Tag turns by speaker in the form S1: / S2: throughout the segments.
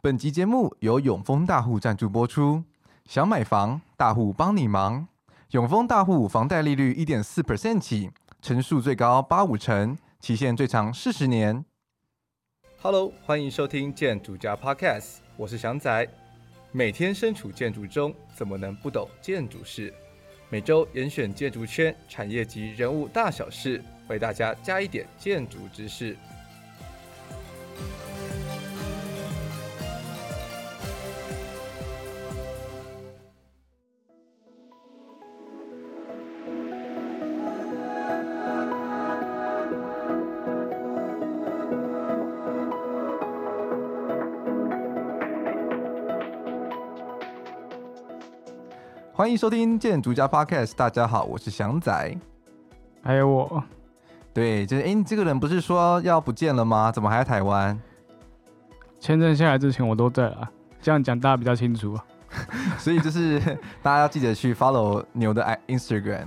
S1: 本集节目由永丰大户赞助播出。想买房，大户帮你忙。永丰大户房贷利率一点四 percent 起，成数最高八五成，期限最长四十年。Hello，欢迎收听建筑家 Podcast，我是祥仔。每天身处建筑中，怎么能不懂建筑事？每周严选建筑圈产业及人物大小事，为大家加一点建筑知识。欢迎收听建筑家 Podcast，大家好，我是祥仔。
S2: 还有我，
S1: 对，就是哎、诶你这个人不是说要不见了吗？怎么还在台湾？
S2: 签证下来之前我都在啊，这样讲大家比较清楚啊。
S1: 所以就是大家要记得去 follow 牛的 i- Instagram，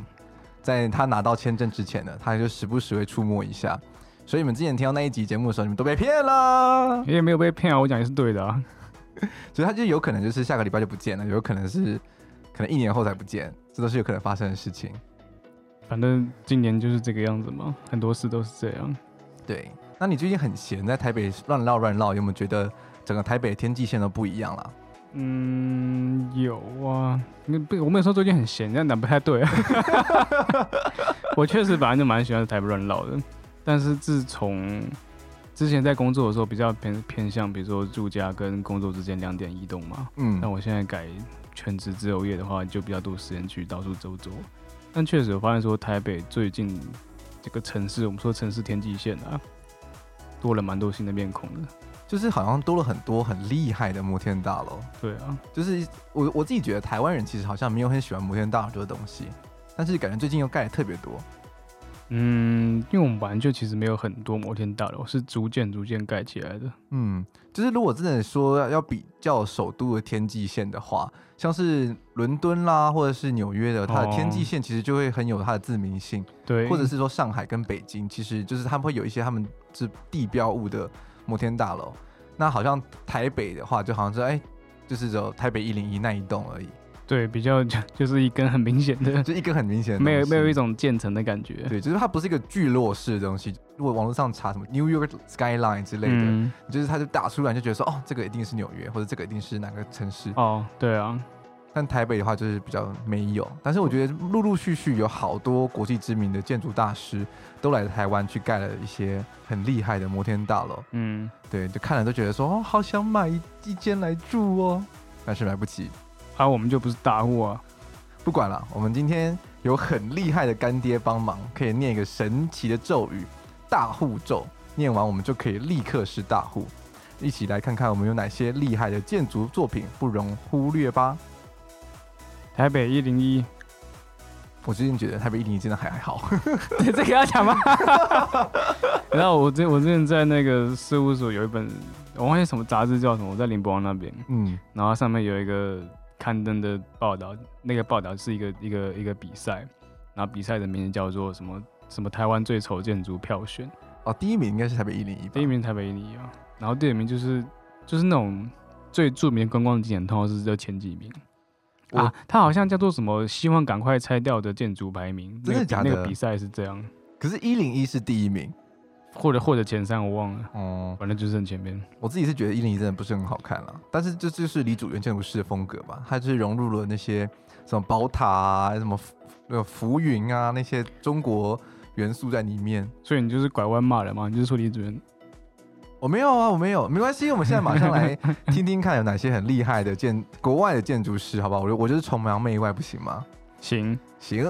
S1: 在他拿到签证之前呢，他就时不时会触摸一下。所以你们之前听到那一集节目的时候，你们都被骗了。
S2: 也没有被骗啊，我讲也是对的啊。
S1: 所以他就有可能就是下个礼拜就不见了，有可能是可能一年后才不见，这都是有可能发生的事情。
S2: 反正今年就是这个样子嘛，很多事都是这样。
S1: 对，那你最近很闲，在台北乱绕乱绕，有没有觉得整个台北的天际线都不一样了？
S2: 嗯，有啊，那不，我没有说最近很闲，这样讲不太对啊。 我确实本来就蛮喜欢台北乱绕的，但是自从之前在工作的时候比较偏偏向，比如说住家跟工作之间两点移动嘛，那
S1: 嗯，
S2: 我现在改全职自由业的话，就比较多时间去到处走走。但确实我发现说，台北最近这个城市，我们说城市天际线啊，多了蛮多新的面孔的。
S1: 就是好像多了很多很厉害的摩天大楼。
S2: 对啊，
S1: 就是我我自己觉得台湾人其实好像没有很喜欢摩天大楼这个东西，但是感觉最近又盖的特别多。
S2: 嗯，因为我们本来就其实没有很多摩天大楼，是逐渐逐渐盖起来的。
S1: 嗯，就是如果真的说要要比较首都的天际线的话，像是伦敦啦，或者是纽约的，它的天
S2: 哦
S1: 际线其实就会很有它的自明性，
S2: 对，
S1: 或者是说上海跟北京，其实就是他们会有一些他们是地标物的摩天大楼。那好像台北的话，就好像是哎、就是只有台北一零一那一栋 而已，
S2: 对比较就是一根很明显 的，
S1: 就一个很明显的东
S2: 没有没有
S1: 西
S2: 一种建成的感觉。
S1: 对，就是它不是一个聚落式的东西。如果网络上查什么 New York skyline 之类的，
S2: 嗯，
S1: 就是它就打出来就觉得说，哦，这个一定是纽约，或者这个一定是哪个城市。
S2: 哦，对啊，
S1: 但台北的话就是比较没有。但是我觉得陆陆续续有好多国际知名的建筑大师都来台湾去盖了一些很厉害的摩天大楼。
S2: 嗯，
S1: 对，就看了都觉得说，哦，好想买一一间来住哦，但是买不起。
S2: 啊，我们就不是大户啊，
S1: 不管了，我们今天有很厉害的干爹帮忙，可以念一个神奇的咒语——大户咒。念完我们就可以立刻是大户。一起来看看我们有哪些厉害的建筑作品不容忽略吧。
S2: 台北一零一，
S1: 我最近觉得台北一零一真的还还好，
S2: 对，这个要讲吗？然后我之我之前在那个事务所有一本，我忘记什么杂志叫什么，我在林博那边，
S1: 嗯
S2: 然后上面有一个刊登的报道，那个报道是一个一个一个比赛，然后比赛的名字叫做什么什么台湾最丑建筑票选，
S1: 哦，第一名应该是台北一零一吧？
S2: 第一名台北一零一啊，然后第二名就是就是那种最著名的观光景点，通常是这前几名。
S1: 我
S2: 啊，它好像叫做什么？希望赶快拆掉的建筑排名，
S1: 真的
S2: 那个比
S1: 假的
S2: 那个比赛是这样，
S1: 可是，一零一是第一名。
S2: 或者或者前三我忘了。
S1: 哦、
S2: 反正就是很前面。
S1: 我自己是觉得一零一真的不是很好看了，但是这这就是李主元建筑师的风格吧，他就是融入了那些什么宝塔啊、什么浮呃浮云啊那些中国元素在里面。
S2: 所以你就是拐弯骂人嘛，你就是说李主任
S1: 我没有啊，我没有，没关系。我们现在马上 来听听看有哪些很厉害的建国外的建筑师，好不好？我就我就是崇洋媚外，不行吗？
S2: 行，
S1: 行，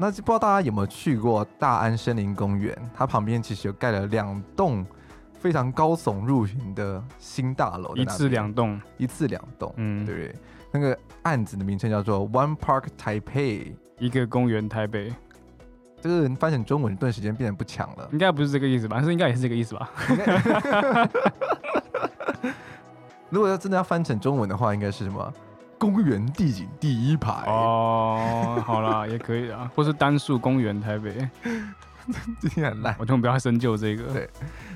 S1: 那就不知道大家有没有去过大安森林公园？它旁边其实有盖了两栋非常高耸入云的新大楼，
S2: 一次两
S1: 栋，
S2: 栋，
S1: 一次两栋，
S2: 嗯，
S1: 对不对？那个案子的名称叫做 One Park Taipei，
S2: 一个公园台北，
S1: 这个人翻成中文顿时间变得不强 了。
S2: 应该不是这个意思吧？但是应该也是这个意思吧？
S1: 如果要真的要翻成中文的话，应该是什么？公园地景第一排，
S2: 哦，好啦， 也可以啊，或是单数公园台北，
S1: 今天很烂。
S2: 我千万不要深究这
S1: 对
S2: 个。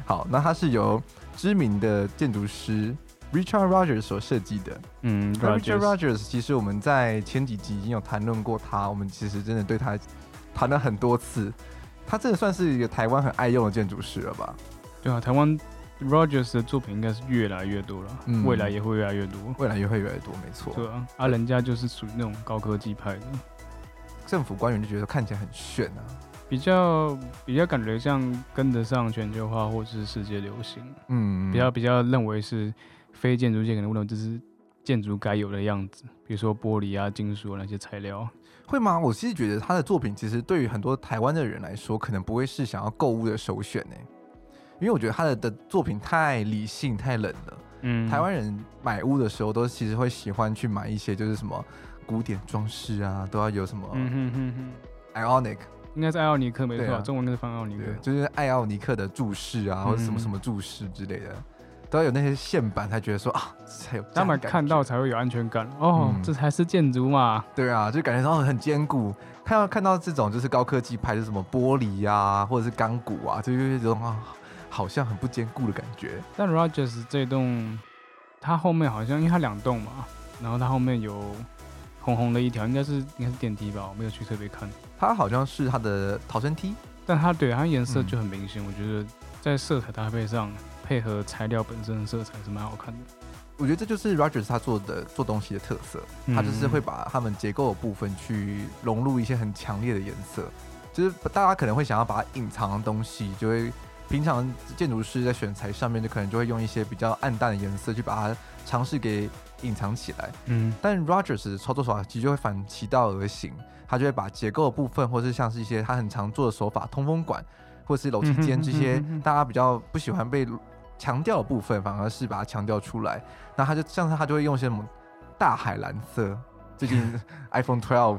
S1: 好，那它是由知名的建筑师 Richard Rogers 所设计的。
S2: 嗯
S1: 那 Richard
S2: ，Rogers，
S1: Rogers 其实我们在前几集已经有谈论过他，我们其实真的对他谈了很多次。他真的算是一个台湾很爱用的建筑师了吧？
S2: 对啊，台湾 Rogers 的作品应该是越来越多了，
S1: 嗯
S2: 未来也会越来越多。
S1: 未来也会越来越多，没错。
S2: 对啊，啊，人家就是属于那种高科技派的，
S1: 政府官员就觉得看起来很炫啊。
S2: 比较比较感觉像跟得上全球化或是世界流行，
S1: 嗯，
S2: 比较比较认为是非建筑界可能不能就是建筑该有的样子，比如说玻璃啊、金属啊那些材料。
S1: 会吗？我其实觉得他的作品其实对于很多台湾的人来说，可能不会是想要购物的首选呢、因为我觉得他的的作品太理性、太冷了。
S2: 嗯，
S1: 台湾人买屋的时候，都其实会喜欢去买一些就是什么古典装饰啊，都要有什么
S2: 嗯哼哼哼，
S1: Ionic，、
S2: 应该是爱奥尼克没
S1: 对
S2: 错，
S1: 啊
S2: 中文应该是放奥尼克
S1: 对，。就是艾奥尼克的注释啊，或者什么
S2: 嗯
S1: 什么注释之类的，都要有那些线板才觉得说啊，这才有
S2: 他们
S1: 这样的感觉
S2: 看到才会有安全感哦，
S1: 嗯
S2: 这才是建筑嘛。
S1: 对啊，就感觉到很坚固。看到看到这种就是高科技拍的什么玻璃啊，或者是钢骨啊，就有一种啊好像很不坚固的感觉。
S2: 但 Rogers 这栋，它后面好像因为它两栋嘛，然后它后面有红红的一条，应该是应该是电梯吧，我没有去特别看。
S1: 它好像是它的逃生梯，
S2: 但它对它颜色就很明显，我觉得在色彩搭配上配合材料本身的色彩是蛮好看的。
S1: 我觉得这就是 Rogers 他做的做东西的特色，
S2: 嗯
S1: 他就是会把他们结构的部分去融入一些很强烈的颜色，就是大家可能会想要把它隐藏的东西，就会平常建筑师在选材上面就可能就会用一些比较暗淡的颜色去把它尝试给隐藏起来。
S2: 嗯
S1: 但 Rogers 的操作手法啊其实就会反其道而行，他就会把结构的部分，或是像是一些他很常做的手法，通风管或是楼梯间
S2: 嗯哼
S1: 这些
S2: 嗯哼嗯哼
S1: 大家比较不喜欢被强调的部分，反而是把它强调出来。那他就像是他就会用一些什么大海蓝色，最 近 iPhone 12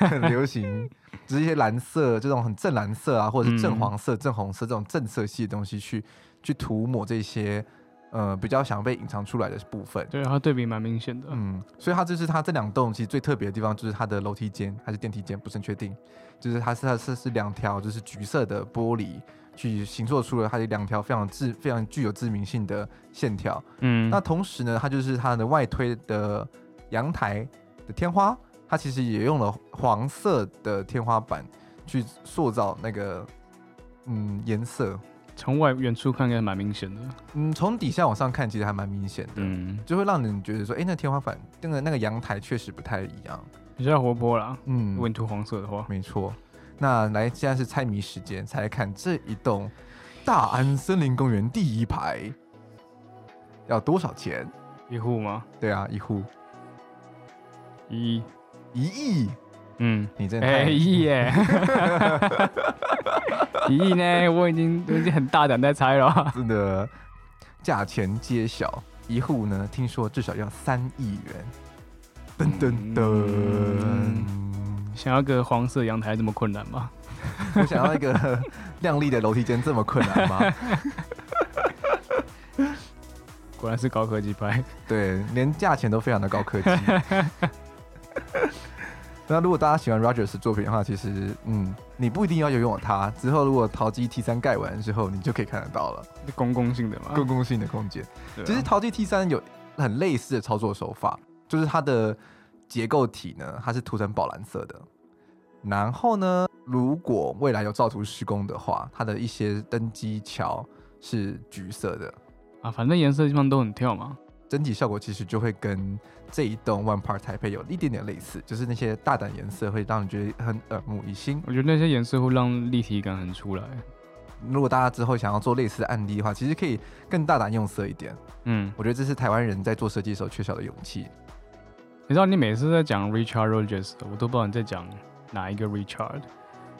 S1: 很流行，就是一些蓝色这种很正蓝色啊，或者是正
S2: 嗯
S1: 黄色、正红色这种正色系的东西去去涂抹这些呃比较想被隐藏出来的部分。
S2: 对，它对比蛮明显的。
S1: 嗯，所以它就是它这两栋其实最特别的地方，就是它的楼梯间还是电梯间，不是很确定。就是它是它是是两条就是橘色的玻璃去形塑出了它的两条非常致非常具有致命性的线条。
S2: 嗯，
S1: 那同时呢，它就是它的外推的阳台的天花，它其实也用了黄色的天花板去塑造那个嗯颜色。
S2: 从外远处看应该蛮明显的。
S1: 嗯，从底下往上看，其实还蛮明显的。
S2: 嗯，
S1: 就会让人觉得说，哎、那天花板那个那个阳台确实不太一样。
S2: 比较活泼啦。
S1: 嗯
S2: 如果你涂黄色的话，
S1: 没错。那来，现在是猜谜时间，猜来看这一栋大安森林公园第一排要多少钱？
S2: 一户吗？
S1: 对啊，一户
S2: 一，
S1: 一亿，
S2: 嗯，
S1: 你真的太、
S2: 哎，一亿耶，一亿呢？我已经我已经很大胆在猜了。
S1: 真的价钱揭晓，一户呢，听说至少要三亿元。噔噔噔，嗯
S2: 想要个黄色阳台这么困难吗？
S1: 我想要一个 亮丽的楼梯间，这么困难吗？
S2: 果然是高科技派。
S1: 对，连价钱都非常的高科技。 那如果大家喜欢 Rogers 的作品的话，其实嗯，你不一定要拥有它。之后如果淘机 T 三盖完之后，你就可以看得到了，
S2: 是公共性的嘛？
S1: 公共性的空间。
S2: 啊对啊
S1: 其实淘机 T 三有很类似的操作手法，就是它的结构体呢，它是涂成宝蓝色的。然后呢，如果未来有造图施工的话，它的一些登机桥是橘色的，
S2: 啊，反正颜色基本上都很跳嘛。
S1: 整体效果其实就会跟这一栋 One Park 台北有一点点类似，就是那些大胆颜色会让你觉得很耳目一新。
S2: 我觉得那些颜色会让立体感很出来。
S1: 如果大家之后想要做类似的案例的话，其实可以更大胆用色一点。
S2: 嗯，
S1: 我觉得这是台湾人在做设计的时候缺少的勇气。
S2: 你知道你每次在讲 Richard Rogers，我都不知道你在讲哪一个 Richard，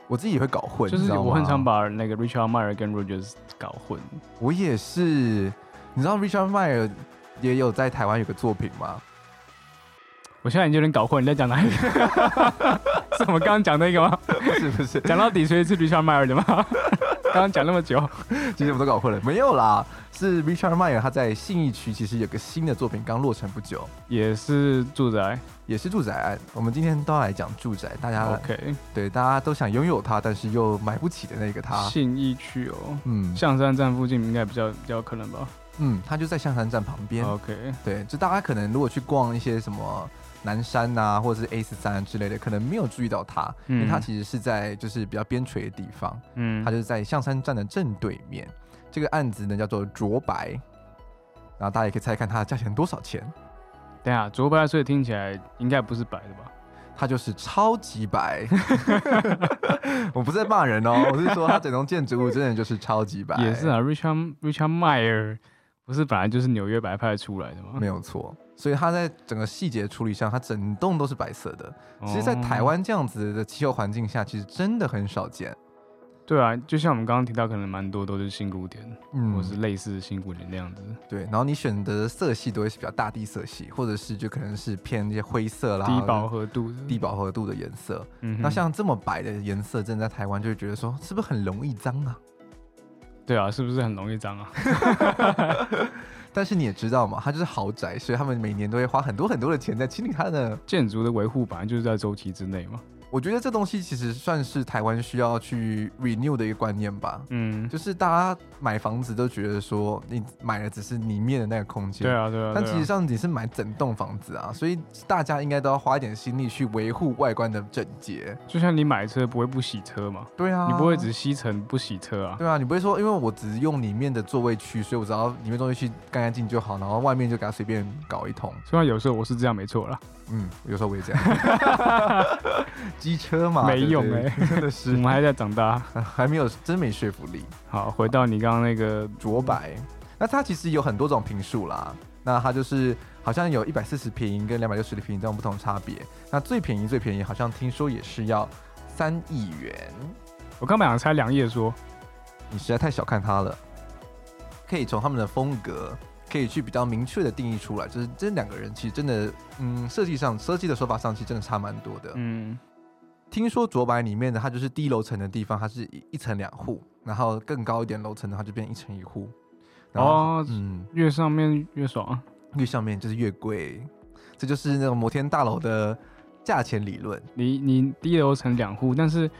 S1: 我自己也会搞混，
S2: 就
S1: 你
S2: 是
S1: 知道吗
S2: 我很常，把那个 Richard Meyer 跟 Rogers 搞混。
S1: 我也是。你知道 Richard Meyer 也有在台湾有个作品吗？
S2: 我现在已经有点搞混你在讲哪一个， 是我们刚刚讲那个吗？
S1: 是不是？
S2: 讲到底谁是 Richard Meyer 的吗？ 刚刚讲那么久，
S1: 其实我们都搞混了，没有啦，是 Richard Meyer 他在信义区其实有个新的作品刚落成不久，
S2: 也是住宅。
S1: 也是住宅案。我们今天都要来讲住宅，大家
S2: OK，
S1: 对，大家都想拥有它，但是又买不起的那个它。
S2: 信义区哦，
S1: 嗯，
S2: 象山站附近应该比较比较可能吧？
S1: 嗯，它就在象山站旁边。
S2: OK，
S1: 对，就大家可能如果去逛一些什么南山呐、或者是 A 四三之类的，可能没有注意到它，因为它
S2: 嗯
S1: 其实是在就是比较边陲的地方，
S2: 嗯，
S1: 它就是在象山站的正对面。这个案子呢叫做卓白，然后大家也可以猜看它的价钱多少钱，
S2: 等一下卓白，所以听起来应该不是白的吧？
S1: 它就是超级 白。 我不是在骂人哦，我是说它整栋建筑物真的就是超级白，
S2: 也是啊，Richard Richard Meyer 不是本来就是纽约白派出来的吗？
S1: 没有错。所以它在整个细节处理上，它整栋都是白色的。其实，在台
S2: 哦
S1: 湾这样子的气候环境下，其实真的很少见。
S2: 对啊，就像我们刚刚提到，可能蛮多都是新古典，
S1: 嗯
S2: 或是类似新古典那样子。
S1: 对。然后你选择的色系都会是比较大地色系，或者是就可能是偏一些灰色啦、
S2: 低饱和度的，
S1: 低饱和度的颜色。
S2: 嗯哼，
S1: 那像这么白的颜色，真的在台湾就会觉得说，是不是很容易脏啊？
S2: 对啊，是不是很容易脏啊？
S1: 但是你也知道嘛，它就是豪宅，所以他们每年都会花很多很多的钱在清理它的。
S2: 建筑的维护本来就是在周期之内嘛。
S1: 我觉得这东西其实算是台湾需要去 renew 的一个观念吧。
S2: 嗯，
S1: 就是大家买房子都觉得说，你买的只是里面的那个空间，
S2: 对啊，对啊。
S1: 但
S2: 对啊
S1: 其实上你是买整栋房子啊，所以大家应该都要花一点心力去维护外观的整洁。
S2: 就像你买车不会不洗车嘛，
S1: 对啊，
S2: 你不会只吸尘不洗车啊。
S1: 对啊，你不会说因为我只用里面的座位区，所以我只要里面东西区干干净就好，然后外面就给它随便搞一通。
S2: 虽然有时候我是这样没错啦，
S1: 嗯，有时候我也这样。 机车嘛，
S2: 没
S1: 对不
S2: 用欸嗯
S1: 对真的
S2: 我
S1: 是
S2: 们还在长大。
S1: 还没有真没说服力。
S2: 好，回到你刚刚那个，
S1: 卓白，那它其实有很多种平数啦。那它就是好像有一百四十平跟两百六十平这种不同差别。那最便宜最便宜好像听说也是要三亿元，
S2: 我刚本想猜两页说，
S1: 你实在太小看它了。可以从他们的风格，可以去比较明确的定义出来，就是这两个人其实真的，嗯，设计上设计的手法上其实真的差蛮多的。
S2: 嗯，
S1: 听说卓白里面的它就是低楼层的地方，它是一一层两户，然后更高一点楼层的话就变一层一户。然后，
S2: 哦，
S1: 嗯，
S2: 越上面越爽啊。
S1: 越上面就是越贵，这就是那种摩天大楼的价钱理论。
S2: 你你低楼层两户，但是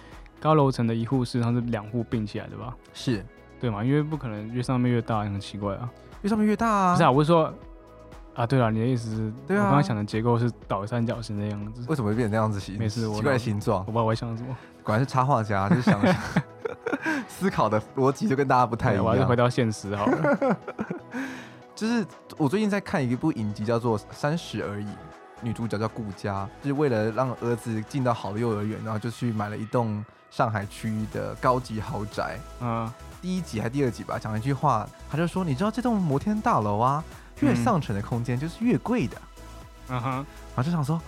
S2: 高楼层的一户事实上是两户并起来的吧？
S1: 是
S2: 对嘛？因为不可能越上面越大，很奇怪啊。
S1: 越上面越大啊！
S2: 不是啊，我是说啊，对了，你的意思是，
S1: 对啊
S2: 我刚刚想的结构是倒三角形的样子。
S1: 为什么会变成这样子形？
S2: 没事我
S1: 奇怪的
S2: 脑
S1: 形状
S2: 我不，知道我在想什么，
S1: 果然是插画家，就是想 思考的逻辑就跟大家不太一
S2: 对我还是回
S1: 样。
S2: 到现实 好了。
S1: 就是我最近在看一部影集，叫做《三十而已》，女主角叫顾佳，就是为了让儿子进到好的幼儿园，然后就去买了一栋上海区的高级豪宅。
S2: 嗯，
S1: 第一集还第二集吧，讲了一句话，他就说：“你知道这栋摩天大楼啊，越
S2: 嗯
S1: 上层的空间就是越贵的。
S2: 嗯哼，
S1: 然后就想说，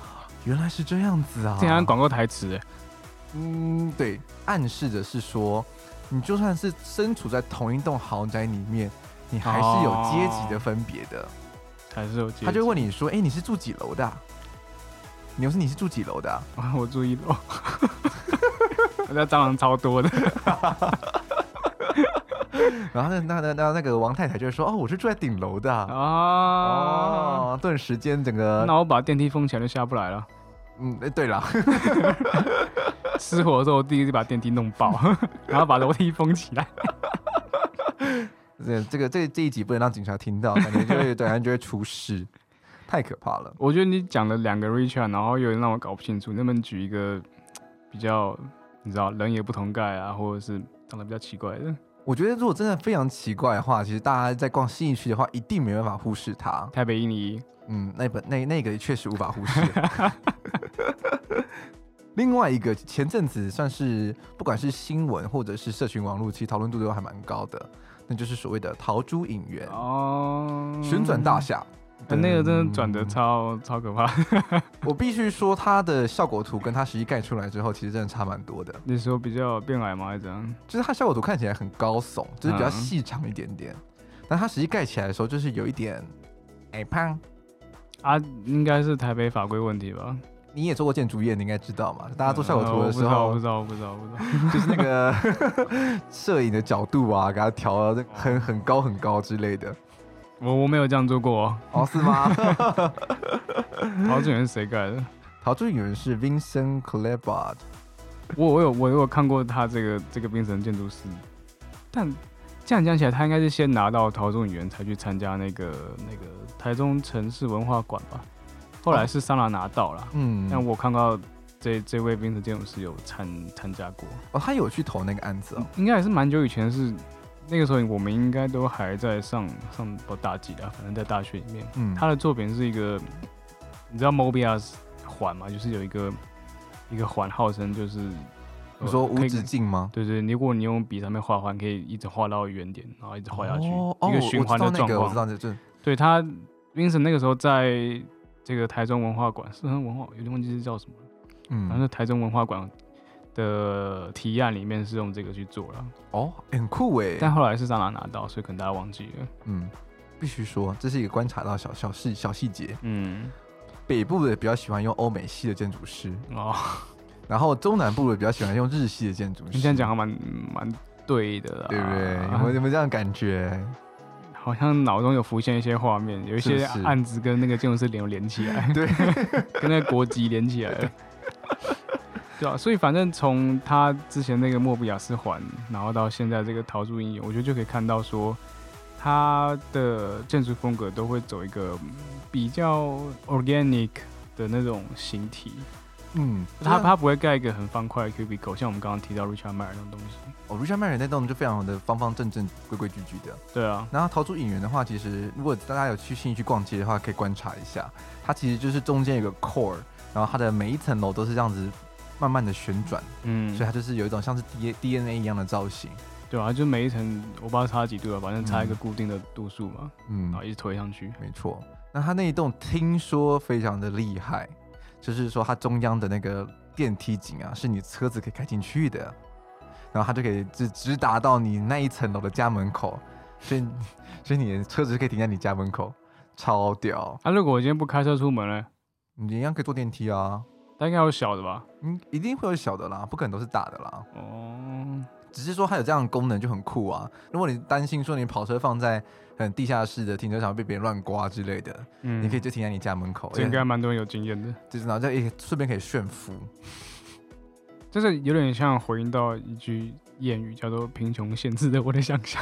S1: 原来是这样子啊！
S2: 这好像广告台词欸，
S1: 嗯，对，暗示着是说，你就算是身处在同一栋豪宅里面，你还是有阶级的分别的。
S2: 还是有接。
S1: 他就问你说：“哎、你是住几楼的啊、你又是你是住几楼的啊、
S2: 啊， 我注意 了，我家蟑螂超多的。
S1: 然后那那那那那个王太太就会说：“哦，我是住在顶楼的啊、
S2: 啊，
S1: 哦，顿时间整个
S2: 那我把电梯封起来就下不来了。
S1: 嗯，哎对了，
S2: 失火的时候，我第一次把电梯弄爆， 然后把楼梯封起来。
S1: 这这个这这一集不能让警察听到，感觉就会感觉就会出事，太可怕了。
S2: 我觉得你讲了两个 Richard，然后有点让我搞不清楚，能不能举一个比较，你知道人也不同盖啊，或者是长得比较奇怪的？
S1: 我觉得如果真的非常奇怪的话，其实大家在逛信义区的话，一定没办法忽视它。
S2: 台北印尼，
S1: 嗯，那本那那个也确实无法忽视。 另外一个前阵子算是不管是新闻或者是社群网络，其实讨论度都还蛮高的，那就是所谓的桃珠影园、
S2: 哦，
S1: 旋转大厦。
S2: 呃，那个真的转的
S1: 嗯
S2: 超超可怕。
S1: 我必须说它的效果图跟它实际盖出来之后，其实真的差蛮多的。
S2: 你说比较变矮吗？还是怎样？
S1: 就是它效果图看起来很高耸，就是比较
S2: 嗯
S1: 细长一点点，但它实际盖起来的时候，就是有一点哎矮胖。
S2: 啊，应该是台北法规问题吧？
S1: 你也做过建筑业，你应该知道嘛？大家做效果
S2: 呃
S1: 图的时
S2: 我
S1: 候
S2: 不，知道，我不知道，我不知道，我不
S1: 就
S2: 知
S1: 是那个 摄影的角度啊，给它调得
S2: 嗯
S1: 很很高很高之类的。
S2: 道，我我没有这样做过、哦。
S1: 哦，是 吗？
S2: 陶志远是谁盖的？
S1: 陶朱影人是 Vincent c l e b a r d
S2: 我我有我有看过他这个这个冰城建筑师，但这样讲起来，他应该是先拿到台中语言，才去参加那个那个台中城市文化馆吧。后来是桑拿拿到了，但
S1: 哦嗯，
S2: 我看到这这位冰城建筑师有参参加过，
S1: 哦，他有去投那个案子哦，
S2: 应该也是蛮久以前是。那个时候我们应该都还在上上不大几的，反正在大学里面，
S1: 嗯，
S2: 他的作品是一个，你知道 Mobius 环吗？就是有一个一个环，号称就是
S1: 你说
S2: 呃
S1: 无
S2: 可以
S1: 止境吗？
S2: 对对，如果你用笔上面画环，可以一直画到原点，然后一直画下去，
S1: 哦哦，我
S2: 一个
S1: 知
S2: 循环
S1: 道
S2: 的
S1: 那
S2: 状
S1: 个，我
S2: 况。
S1: 知道这这，
S2: 对他，Vincent 那个时候在这个台中文化馆，是嗯文化有点忘记是叫什么了，反
S1: 嗯，
S2: 正台中文化馆的提案里面是用这个去做了，
S1: 哦，很酷哎，
S2: 但后来是让他拿到，所以可能大家忘记了。
S1: 嗯，必须说这是一个观察到小小事小细节，
S2: 嗯，
S1: 北部的比较喜欢用欧美系的建筑师，
S2: 哦，
S1: 然后中南部的比较喜欢用日系的建筑师，
S2: 你这样讲还啊蛮蛮对的啦，
S1: 对不对？有没有有没有这样的感觉？
S2: 好像脑中有浮现一些画面，有一
S1: 是不
S2: 些
S1: 是
S2: 案子跟那个建筑师联连起来，
S1: 对，
S2: 跟那个国籍连起来了， 对啊，所以反正从他之前那个莫比亚斯环，然后到现在这个桃树阴影，我觉得就可以看到说，他的建筑风格都会走一个嗯比较 organic 的那种形体，
S1: 嗯，
S2: 他
S1: 他
S2: 他不会盖一个很方块的 cubicle，像我们刚刚提到 Richard Myer 那种东西，
S1: 哦，瑞士曼人那栋就非常的方方正正、规规矩矩的。
S2: 对啊，
S1: 然后陶朱影园的话，其实如果大家有去兴趣逛街的话，可以观察一下，它其实就是中间有个 core，然后它的每一层楼都是这样子慢慢的旋转，
S2: 嗯
S1: 所以，它就是有一种像是 D DNA 一样的造型。
S2: 对啊，就每一层我不知道差几度啊，反正差一个固定的度数嘛。
S1: 嗯
S2: 然，后一直推上去。
S1: 没错。那它那一栋听说非常的厉害，就是说它中央的那个电梯井啊，是你车子可以开进去的，然后它就可以直直达到你那一层楼的家门口，所以 所以你的车子就可以停在你家门口，超屌！
S2: 啊，如果我今天不开车出门呢？
S1: 你一样可以坐电梯啊，
S2: 它应该有小的吧？
S1: 嗯，一定会有小的啦，不可能都是大的啦。
S2: 哦，
S1: 只是说它有这样的功能就很酷啊。如果你担心说你跑车放在很地下室的停车场被别人乱刮之类的，
S2: 嗯
S1: 你可以，就停在你家门口，
S2: 这应该蛮多人有经验的，
S1: 就是然后再也顺便可以炫富。
S2: 就是有点像回应到一句谚语，叫做“贫穷限制了我的想 象” 。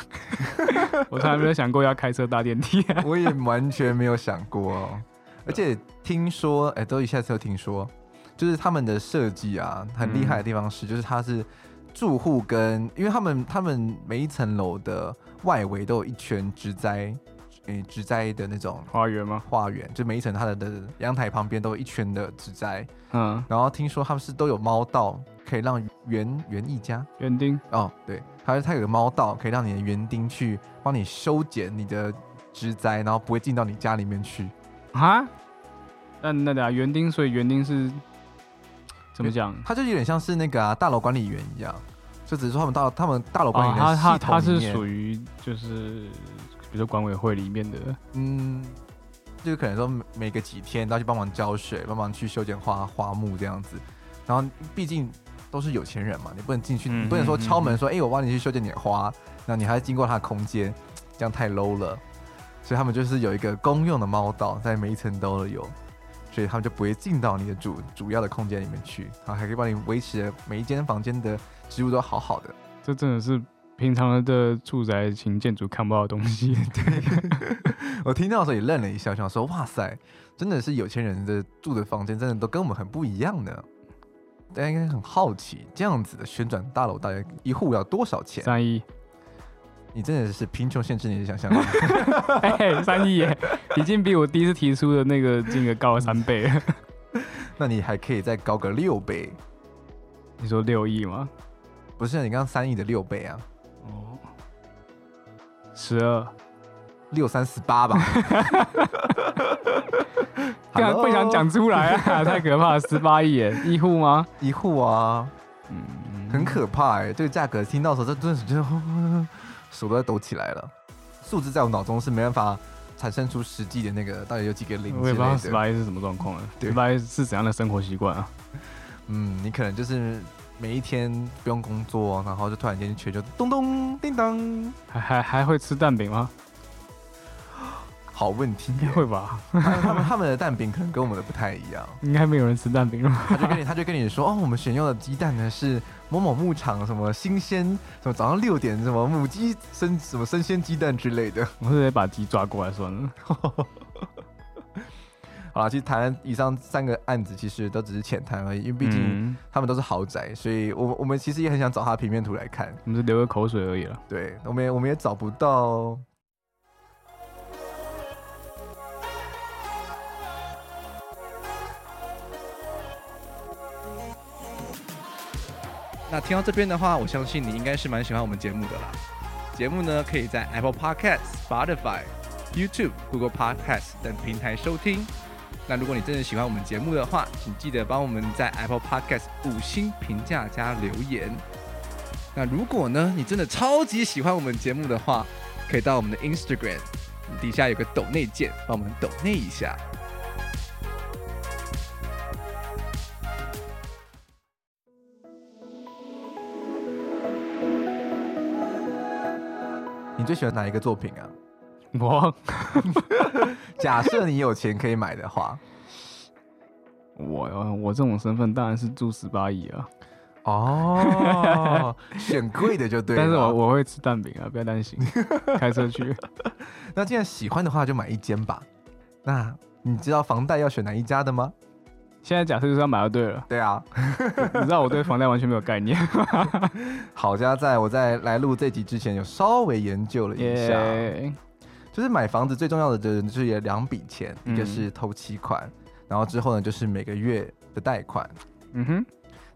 S2: 我从来没有想过要开车搭电梯、啊。
S1: 我也完全没有想过哦。而且听说，哎、都一下子都听说，就是他们的设计啊，很厉害的地方是，就是它是住户跟，因为他们他们每一层楼的外围都有一圈植栽，诶、植栽的那种
S2: 花园吗？
S1: 花园，就每一层它的的阳台旁边都有一圈的植栽。
S2: 嗯，
S1: 然后听说他们是都有猫道，可以让园园艺家
S2: 园丁。
S1: 哦，对，它它有个猫道，可以让你的园丁去帮你修剪你的植栽，然后不会进到你家里面去。
S2: 啊？那那等下园丁，所以园丁是怎么讲？
S1: 它就有点像是那个、啊、大楼管理员一样，就只是说他们大他们大楼管理
S2: 啊，
S1: 员
S2: 他他
S1: 系
S2: 他
S1: 统
S2: 是
S1: 里面，
S2: 属于就是，比如说管委会里面的，
S1: 嗯，就是可能说每每个几天都要去帮忙浇水，帮忙去修剪花花木这样子。然后毕竟都是有钱人嘛，你不能进去，
S2: 嗯
S1: 你不能说
S2: 嗯嗯
S1: 敲门说，哎、我帮你去修剪你的花，那你还要经过他的空间，这样太 low 了。所以他们就是有一个公用的猫道，在每一层都有。所以他们就不会进到你的主主要的空间里面去，然后还可以帮你维持每一间房间的植物都好好的。
S2: 这真的是平常的住宅型建筑看不到的东西。
S1: 我听到的时候也愣了一下，想说哇塞，真的是有钱人的住的房间，真的都跟我们很不一样呢。大家应该很好奇，这样子的旋转大楼大概一户要多少钱？
S2: 三亿，
S1: 你真的是贫穷限制你的想象力。
S2: 哎，三亿耶，已经比我第一次提出的那个金额高了三倍了。
S1: 那你还可以再高个六倍，
S2: 你说六亿吗？
S1: 不是啊你刚刚三亿的六倍啊，
S2: 哦，十二，
S1: 六三四八 吧。
S2: 不然
S1: Hello？
S2: 啊不想讲出来啊，太可怕了，十八亿耶，一户吗？
S1: 一户啊，
S2: 嗯，
S1: 很可怕哎、这个价格听到的时候，这顿时就手都在抖起来了。数字在我脑中是没办法产生出实际的那个到底有几个零
S2: 我
S1: 之
S2: 也不知道
S1: 类
S2: 十
S1: 的。
S2: 八亿是什么状况了，
S1: 对
S2: 十八亿是怎样的生活习惯啊？
S1: 嗯，你可能就是每一天不用工作，然后就突然间全就咚咚叮当，
S2: 还还还会吃蛋饼吗？
S1: 好问题
S2: 应
S1: 耶
S2: 该 会吧？
S1: 他们他们的蛋饼可能跟我们的不太一样，
S2: 应该没有人吃蛋饼了吧。
S1: 他就跟你他就跟你说哦，我们选用的鸡蛋呢是某某牧场什么新鲜，什么早上六点什么母鸡生什么生鲜鸡蛋之类的。
S2: 我是直接把鸡抓过来算了。
S1: 好了，其实谈了以上三个案子，其实都只是浅谈而已，因为毕竟
S2: 嗯
S1: 他们都是豪宅，所以我我们其实也很想找他的平面图来看，
S2: 我们是流个口水而已了。
S1: 对我们也我们也找不到。那听到这边的话，我相信你应该是蛮喜欢我们节目的啦。节目呢，可以在 Apple Podcast、Spotify、YouTube、Google Podcast 等平台收听。那如果你真的喜欢我们节目的话，请记得帮我们在 Apple Podcast 五星评价加留言。那如果呢，你真的超级喜欢我们节目的话，可以到我们的 Instagram 底下有个抖内键，帮我们抖内一下。你最喜欢哪一个作品 啊？
S2: 我
S1: 假设你有钱可以买的话，
S2: 我我这种身份当然是住十八姨啊，
S1: 哦， 选贵的就对啊了。
S2: 但是我我会吃蛋饼啊，不要 担心，开车去。
S1: 那既然喜欢的话，就买一间吧。那你知道房贷要选哪一家的吗？
S2: 现在假设就是要买就对 了，
S1: 对啊，
S2: 你知道我对房贷完全没有 概念，
S1: 好家在我在来录这集之前有稍微研究了一下，
S2: 耶，
S1: 就是买房子最重要的就是有两笔钱，
S2: 嗯
S1: 一个是头期款，然后之后呢就是每个月的贷款。
S2: 嗯哼，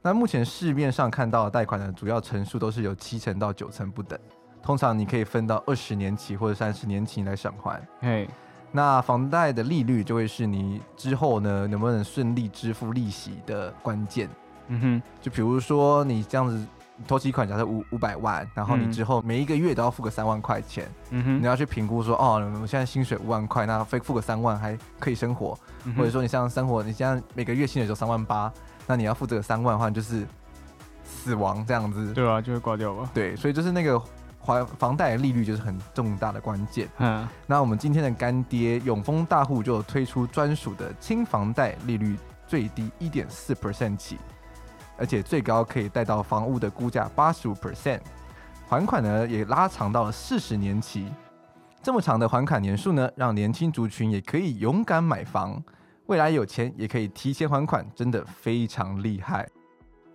S1: 那目前市面上看到的贷款呢，主要成数都是由七成到九成不等，通常你可以分到二十年期或者三十年期来偿还。
S2: 嘿，
S1: 那房贷的利率就会是你之后呢能不能顺利支付利息的关键。
S2: 嗯哼，
S1: 就比如说你这样子投期款，假设五五百万，然后你
S2: 嗯
S1: 之后每一个月都要付个三万块钱，
S2: 嗯
S1: 你
S2: 哼，
S1: 要去评估说，哦，我现在薪水五万块，那付付个三万还可以生活，
S2: 嗯哼
S1: 或者说你像生活，你现在每个月薪水就三万八，那你要付这个三万的话，你就是死亡这样子。
S2: 对啊，就会挂掉吧。
S1: 对，所以就是那个还房贷的利率就是很重大的关键。
S2: 嗯，
S1: 那我们今天的干爹永丰大户就有推出专属的轻房贷利率最低一点四 percent 起，而且最高可以贷到房屋的估价八十五 percent，还款呢也拉长到了四十年期。这么长的还款年数呢，让年轻族群也可以勇敢买房，未来有钱也可以提前还款，真的非常厉害。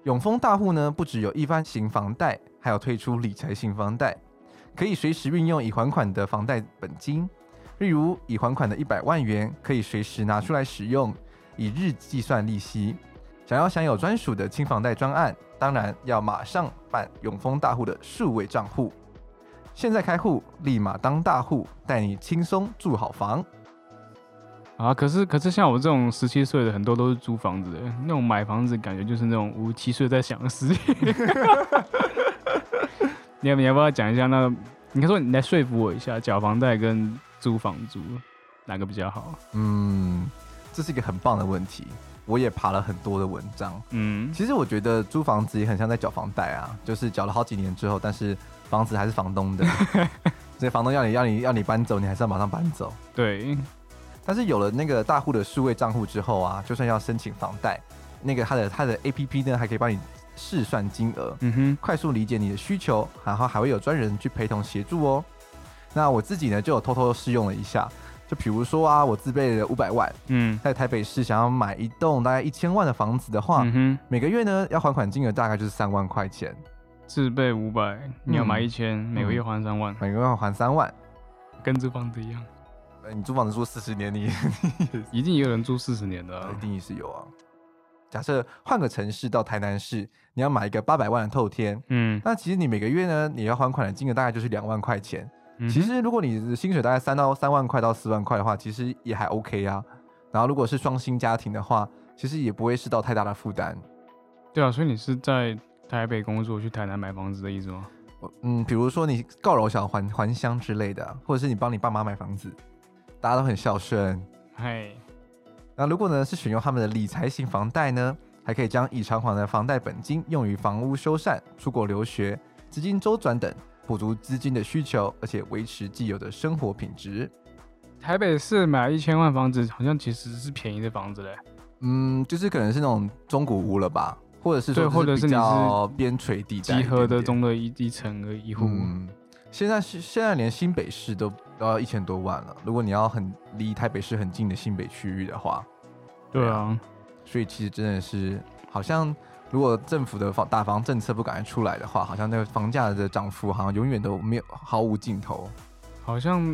S1: 永丰大户呢，不只有一般型房贷，还有推出理财型房贷。可以随时运用已还款的房贷本金，例如已还款的一百万元可以随时拿出来使用，以日计算利息。想要享有专属的轻房贷专案，当然要马上办永丰大户的数位账户。现在开户，立马当大户，带你轻松住好房。
S2: 啊，可是可是像我这种十七岁的，很多都是租房子的，那种买房子感觉就是那种五七岁在想的事情。 你要你要不要讲一下那个？你可以说你来说服我一下，缴房贷跟租房租哪个比较好？
S1: 嗯，这是一个很棒的问题，我也爬了很多的文章。
S2: 嗯
S1: 其实我觉得租房子也很像在缴房贷啊，就是缴了好几年之后，但是房子还是房东的，所以房东要你要你要你搬走，你还是要马上搬走。
S2: 对，
S1: 但是有了那个大户的数位账户之后啊，就算要申请房贷，那个它的它的 A P P 呢，还可以帮你试算金额，
S2: 嗯哼，
S1: 快速理解你的需求，然后还会有专人去陪同协助哦。那我自己呢，就有偷偷试用了一下，就比如说啊，我自备了五百万，
S2: 嗯，
S1: 在台北市想要买一栋大概一千万的房子的话，
S2: 嗯哼，
S1: 每个月呢要还款金额大概就是三万块钱，
S2: 自备五百，你要买
S1: 嗯
S2: 一千，每个月还三万，
S1: 每个月要还三万。
S2: 跟租房子一样，
S1: 呃你租房子住四十年，你
S2: 一定有人租四十年的啊、
S1: 一定是有啊。假设换个城市到台南市，你要买一个八百万的透天，
S2: 嗯，
S1: 那其实你每个月呢，你要还款的金额大概就是两万块钱。
S2: 嗯
S1: 其实如果你的薪水大概三到三万块到四万块的话，其实也还 OK 啊。然后如果是双薪家庭的话，其实也不会是到太大的负担。
S2: 对啊，所以你是在台北工作，去台南买房子的意思吗？
S1: 我嗯，比如说你告老小还还乡之类的啊，或者是你帮你爸妈买房子，大家都很孝顺，
S2: 嗨，
S1: 那如果呢是选用他们的理财型房贷呢，还可以将已偿还的房贷本金用于房屋修缮、出国留学、资金周转等，补足资金的需求，而且维持既有的生活品质。
S2: 台北市买一千万房子，好像其实是便宜的房子嘞。
S1: 嗯，就是可能是那种中古屋了吧，或者是
S2: 对
S1: 说
S2: 或者
S1: 是
S2: 是
S1: 比
S2: 你是
S1: 较边陲地带
S2: 集合的
S1: 中
S2: 中的一一层和一户，
S1: 嗯，现在是现在连新北市都都要一千多万了，如果你要很离台北市很近的新北区域的话，
S2: 对啊，
S1: 所以其实真的是好像。如果政府的房打房政策不赶快出来的话，好像那个房价的涨幅好像永远都没有毫无尽头。
S2: 好像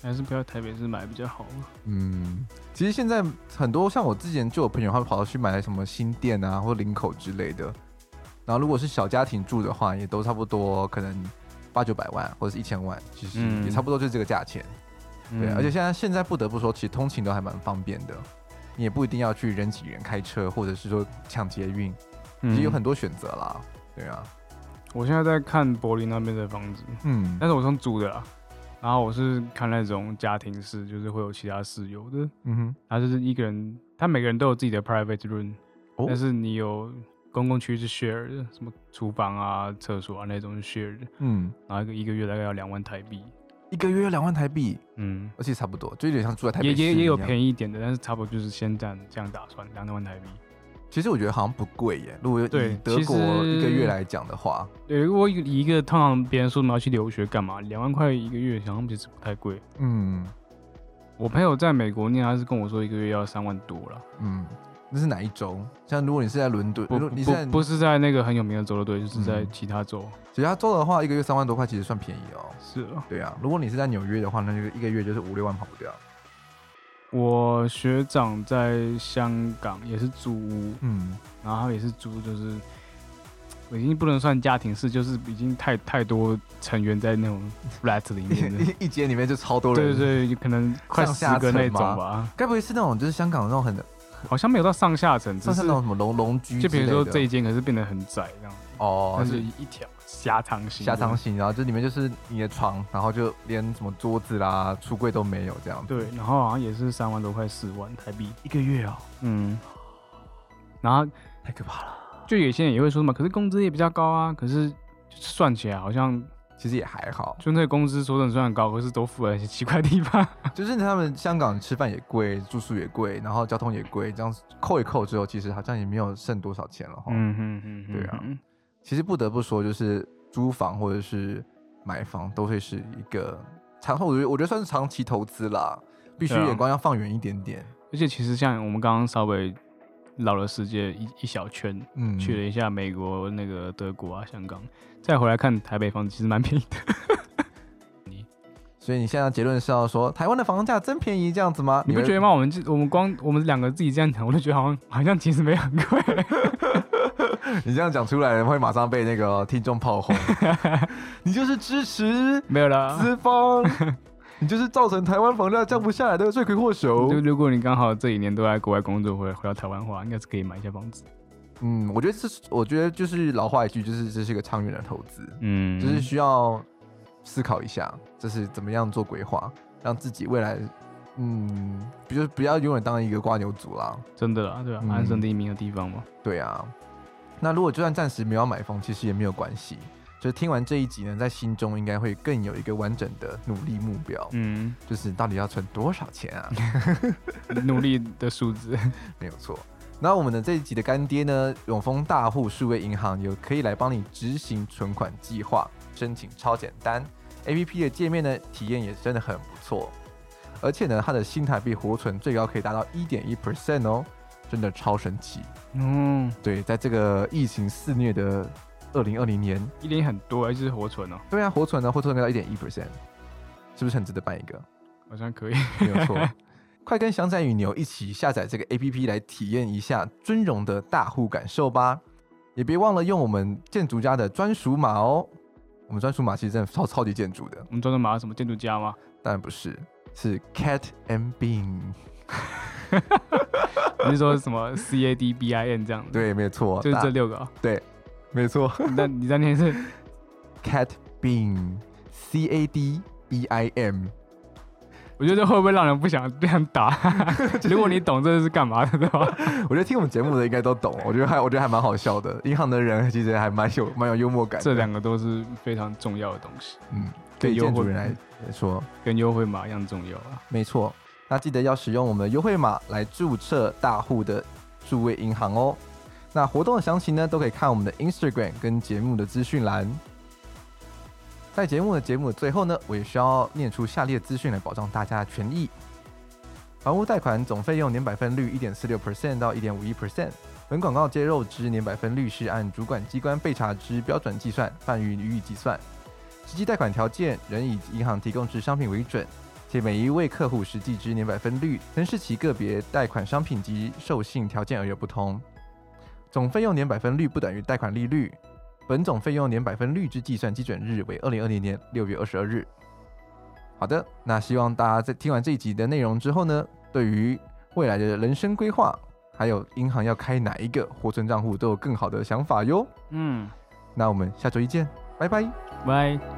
S2: 还是不要台北市买比较好。啊
S1: 嗯，其实现在很多像我之前就有朋友，他们跑到去买什么新店啊或林口之类的。然后如果是小家庭住的话，也都差不多可能八九百万或者是一千万，其实
S2: 嗯
S1: 也差不多就这个价钱。对，啊
S2: 嗯
S1: 而且现在现在不得不说，其实通勤都还蛮方便的，你也不一定要去人挤人开车，或者是说抢捷运，其实有
S2: 嗯
S1: 很多选择啦。对啊，
S2: 我现在在看柏林那边的房子，
S1: 嗯，
S2: 但是我是用租的啦。然后我是看那种家庭式，就是会有其他室友的，
S1: 嗯哼，
S2: 他就是一个人，他每个人都有自己的 private room，、
S1: 哦
S2: 但是你有公共区是 share 的，什么厨房啊、厕所啊那种是 share 的，
S1: 嗯，
S2: 然后一个一个月大概要两万台币，
S1: 一个月两万台币，
S2: 嗯，
S1: 而且差不多，就有点像住在台北
S2: 也
S1: 市
S2: 也也有
S1: 一样
S2: 便宜一点的，但是差不多就是先这样这样打算，两万台币。
S1: 其实我觉得好像不贵耶。如果以
S2: 对
S1: 德
S2: 其
S1: 国
S2: 实
S1: 一个月来讲的话，
S2: 对，如果以一个通常别人说什么要去留学干嘛，两万块一个月好像其实不太贵。
S1: 嗯
S2: 我朋友在美国念，他是跟我说一个月要三万多了，
S1: 嗯，那是哪一州？像如果你是在伦敦，
S2: 不
S1: 如果你是在
S2: 不不是在那个很有名的州的对，就是在
S1: 嗯
S2: 其他州。
S1: 其他州的话，一个月三万多块其实算便宜哦。
S2: 是啊，
S1: 对啊，如果你是在纽约的话，那就一个月就是五六万跑不掉。
S2: 我学长在香港也是租屋，
S1: 嗯
S2: 然后他也是租，就是我已经不能算家庭式，就是已经太太多成员在那种 flat 里 面的。
S1: 一一间里面就超多人。
S2: 对对对，有可能快
S1: 上
S2: 十
S1: 下
S2: 个那
S1: 层
S2: 种
S1: 吗
S2: 吧，
S1: 该不会是那种就是香港那种很
S2: 好像没有到上下层，只
S1: 像是
S2: 是
S1: 那种什么龙龙居之
S2: 就
S1: 类
S2: 比
S1: 的？
S2: 如说这一间可是变得很窄这样，
S1: 哦，
S2: 但是
S1: 是
S2: 一条狭长型的，
S1: 狭长型，然后这里面就是你的床，然后就连什么桌子啦、橱柜都没有这样。，
S2: 对，然后好像也是三万多块四万台币一个月啊、嗯，然后
S1: 太可怕了。
S2: 就有些人也会说什么，可是工资也比较高啊，可是算起来好像
S1: 其实也还好，
S2: 就那个工资说真的虽然高，可是都付了一些奇怪的地方，
S1: 就是他们香港吃饭也贵，住宿也贵，然后交通也贵，这样扣一扣之后，其实好像也没有剩多少钱了哈。
S2: 嗯嗯嗯，
S1: 对啊
S2: 嗯
S1: 其实不得不说，就是租房或者是买房，都会是一个长，我觉得我觉得算是长期投资啦，必须
S2: 对啊
S1: 眼光要放远一点点。
S2: 而且其实像我们刚刚稍微绕了世界一一小圈，
S1: 嗯，
S2: 去了一下美国、那个德国啊、香港，再回来看台北房子，其实蛮便宜的。
S1: 所以你现在结论是要说台湾的房价真便宜这样子吗？
S2: 你不
S1: 会
S2: 觉得吗？？我们这我们光我们两个自己这样讲，我就觉得好像好像其实没有很贵。
S1: 你这样讲出来会马上被那个听众炮 轰，你就是支持
S2: 没有啦。
S1: 资 方，你就是造成台湾房价降不下来的罪魁祸首
S2: 就。如果你刚好这几年都在国外工作，回回到台湾的话，应该是可以买一下房子。
S1: 嗯，我觉得这是，我觉得就是老话一句，就是这是一个长远的投资，
S2: 嗯，
S1: 就是需要思考一下，就是怎么样做规划，让自己未来，嗯，比如不要永远当一个瓜牛族啦。
S2: 真的啦，对吧、
S1: 嗯
S2: 安身立命的地方嘛。
S1: 对啊，那如果就算暂时没有要买房，其实也没有关系。就是听完这一集呢，在心中应该会更有一个完整的努力目标，
S2: 嗯，
S1: 就是到底要存多少钱啊？
S2: 努力的数字。
S1: 没有错。那我们的这一集的干爹呢，永丰大户数位银行有可以来帮你执行存款计划，申请超简单，APP 的界面呢体验也真的很不错，而且呢它的新台币活存最高可以达到一点一 percent 哦，真的超神奇。
S2: 嗯，
S1: 对，在这个疫情肆虐的二零二零年，
S2: 一年很多，还是活存哦，
S1: 对啊，活存呢活存可以到一点一 percent，是不是很值得办一个？
S2: 好像可以。
S1: 没有错。快跟翔仔与牛一起下载这个 APP 来体验一下尊荣的大户感受吧！也别忘了用我们建筑家的专属码哦。我们专属码其实真的超超级建筑的，
S2: 我们专门买什么建筑家吗？
S1: 当然不是，是 Cat and Bean。
S2: 你是说什么 C A D B I N 这样子？，
S1: 对，没有错，
S2: 就是这
S1: 大
S2: 六个、哦。
S1: 对，没错
S2: 那你在念是
S1: ，Cat Bean C A D B I M。
S2: 我觉得会不会让人不想不想 打？如果你懂这是干嘛的的话，
S1: 我觉得听我们节目的应该都懂，我觉得还我觉得还蛮好笑的。银行的人其实还蛮有蛮有幽默感的。
S2: 这两个都是非常重要的东西。
S1: 嗯，对
S2: 优
S1: 建筑
S2: 惠
S1: 人来说，
S2: 跟优惠码一样重要啊。
S1: 没错。那记得要使用我们的优惠码来注册大户的数位银行哦。那活动的详情呢，都可以看我们的 Instagram 跟节目的资讯栏。在节目的节目的最后呢，我也需要念出下列资讯来保障大家的权益。房屋贷款总费用年百分率一点四六 percent 到一点五一 percent。本广告揭露之年百分率是按主管机关被查之标准计算，泛于予以计算。实际贷款条件仍以银行提供之商品为准。且每一位客户实际之年百分率能视其个别贷款商品及授信条件而有不同。总费用年百分率不等于贷款利率，本总费用年百分率之计算基准日为二零二零年六月二十二日。好的，那希望大家在听完这一集的内容之后呢，对于未来的人生规划，还有银行要开哪一个活存账户，都有更好的想法哟。
S2: 嗯，
S1: 那我们下周一见，拜拜。
S2: 拜。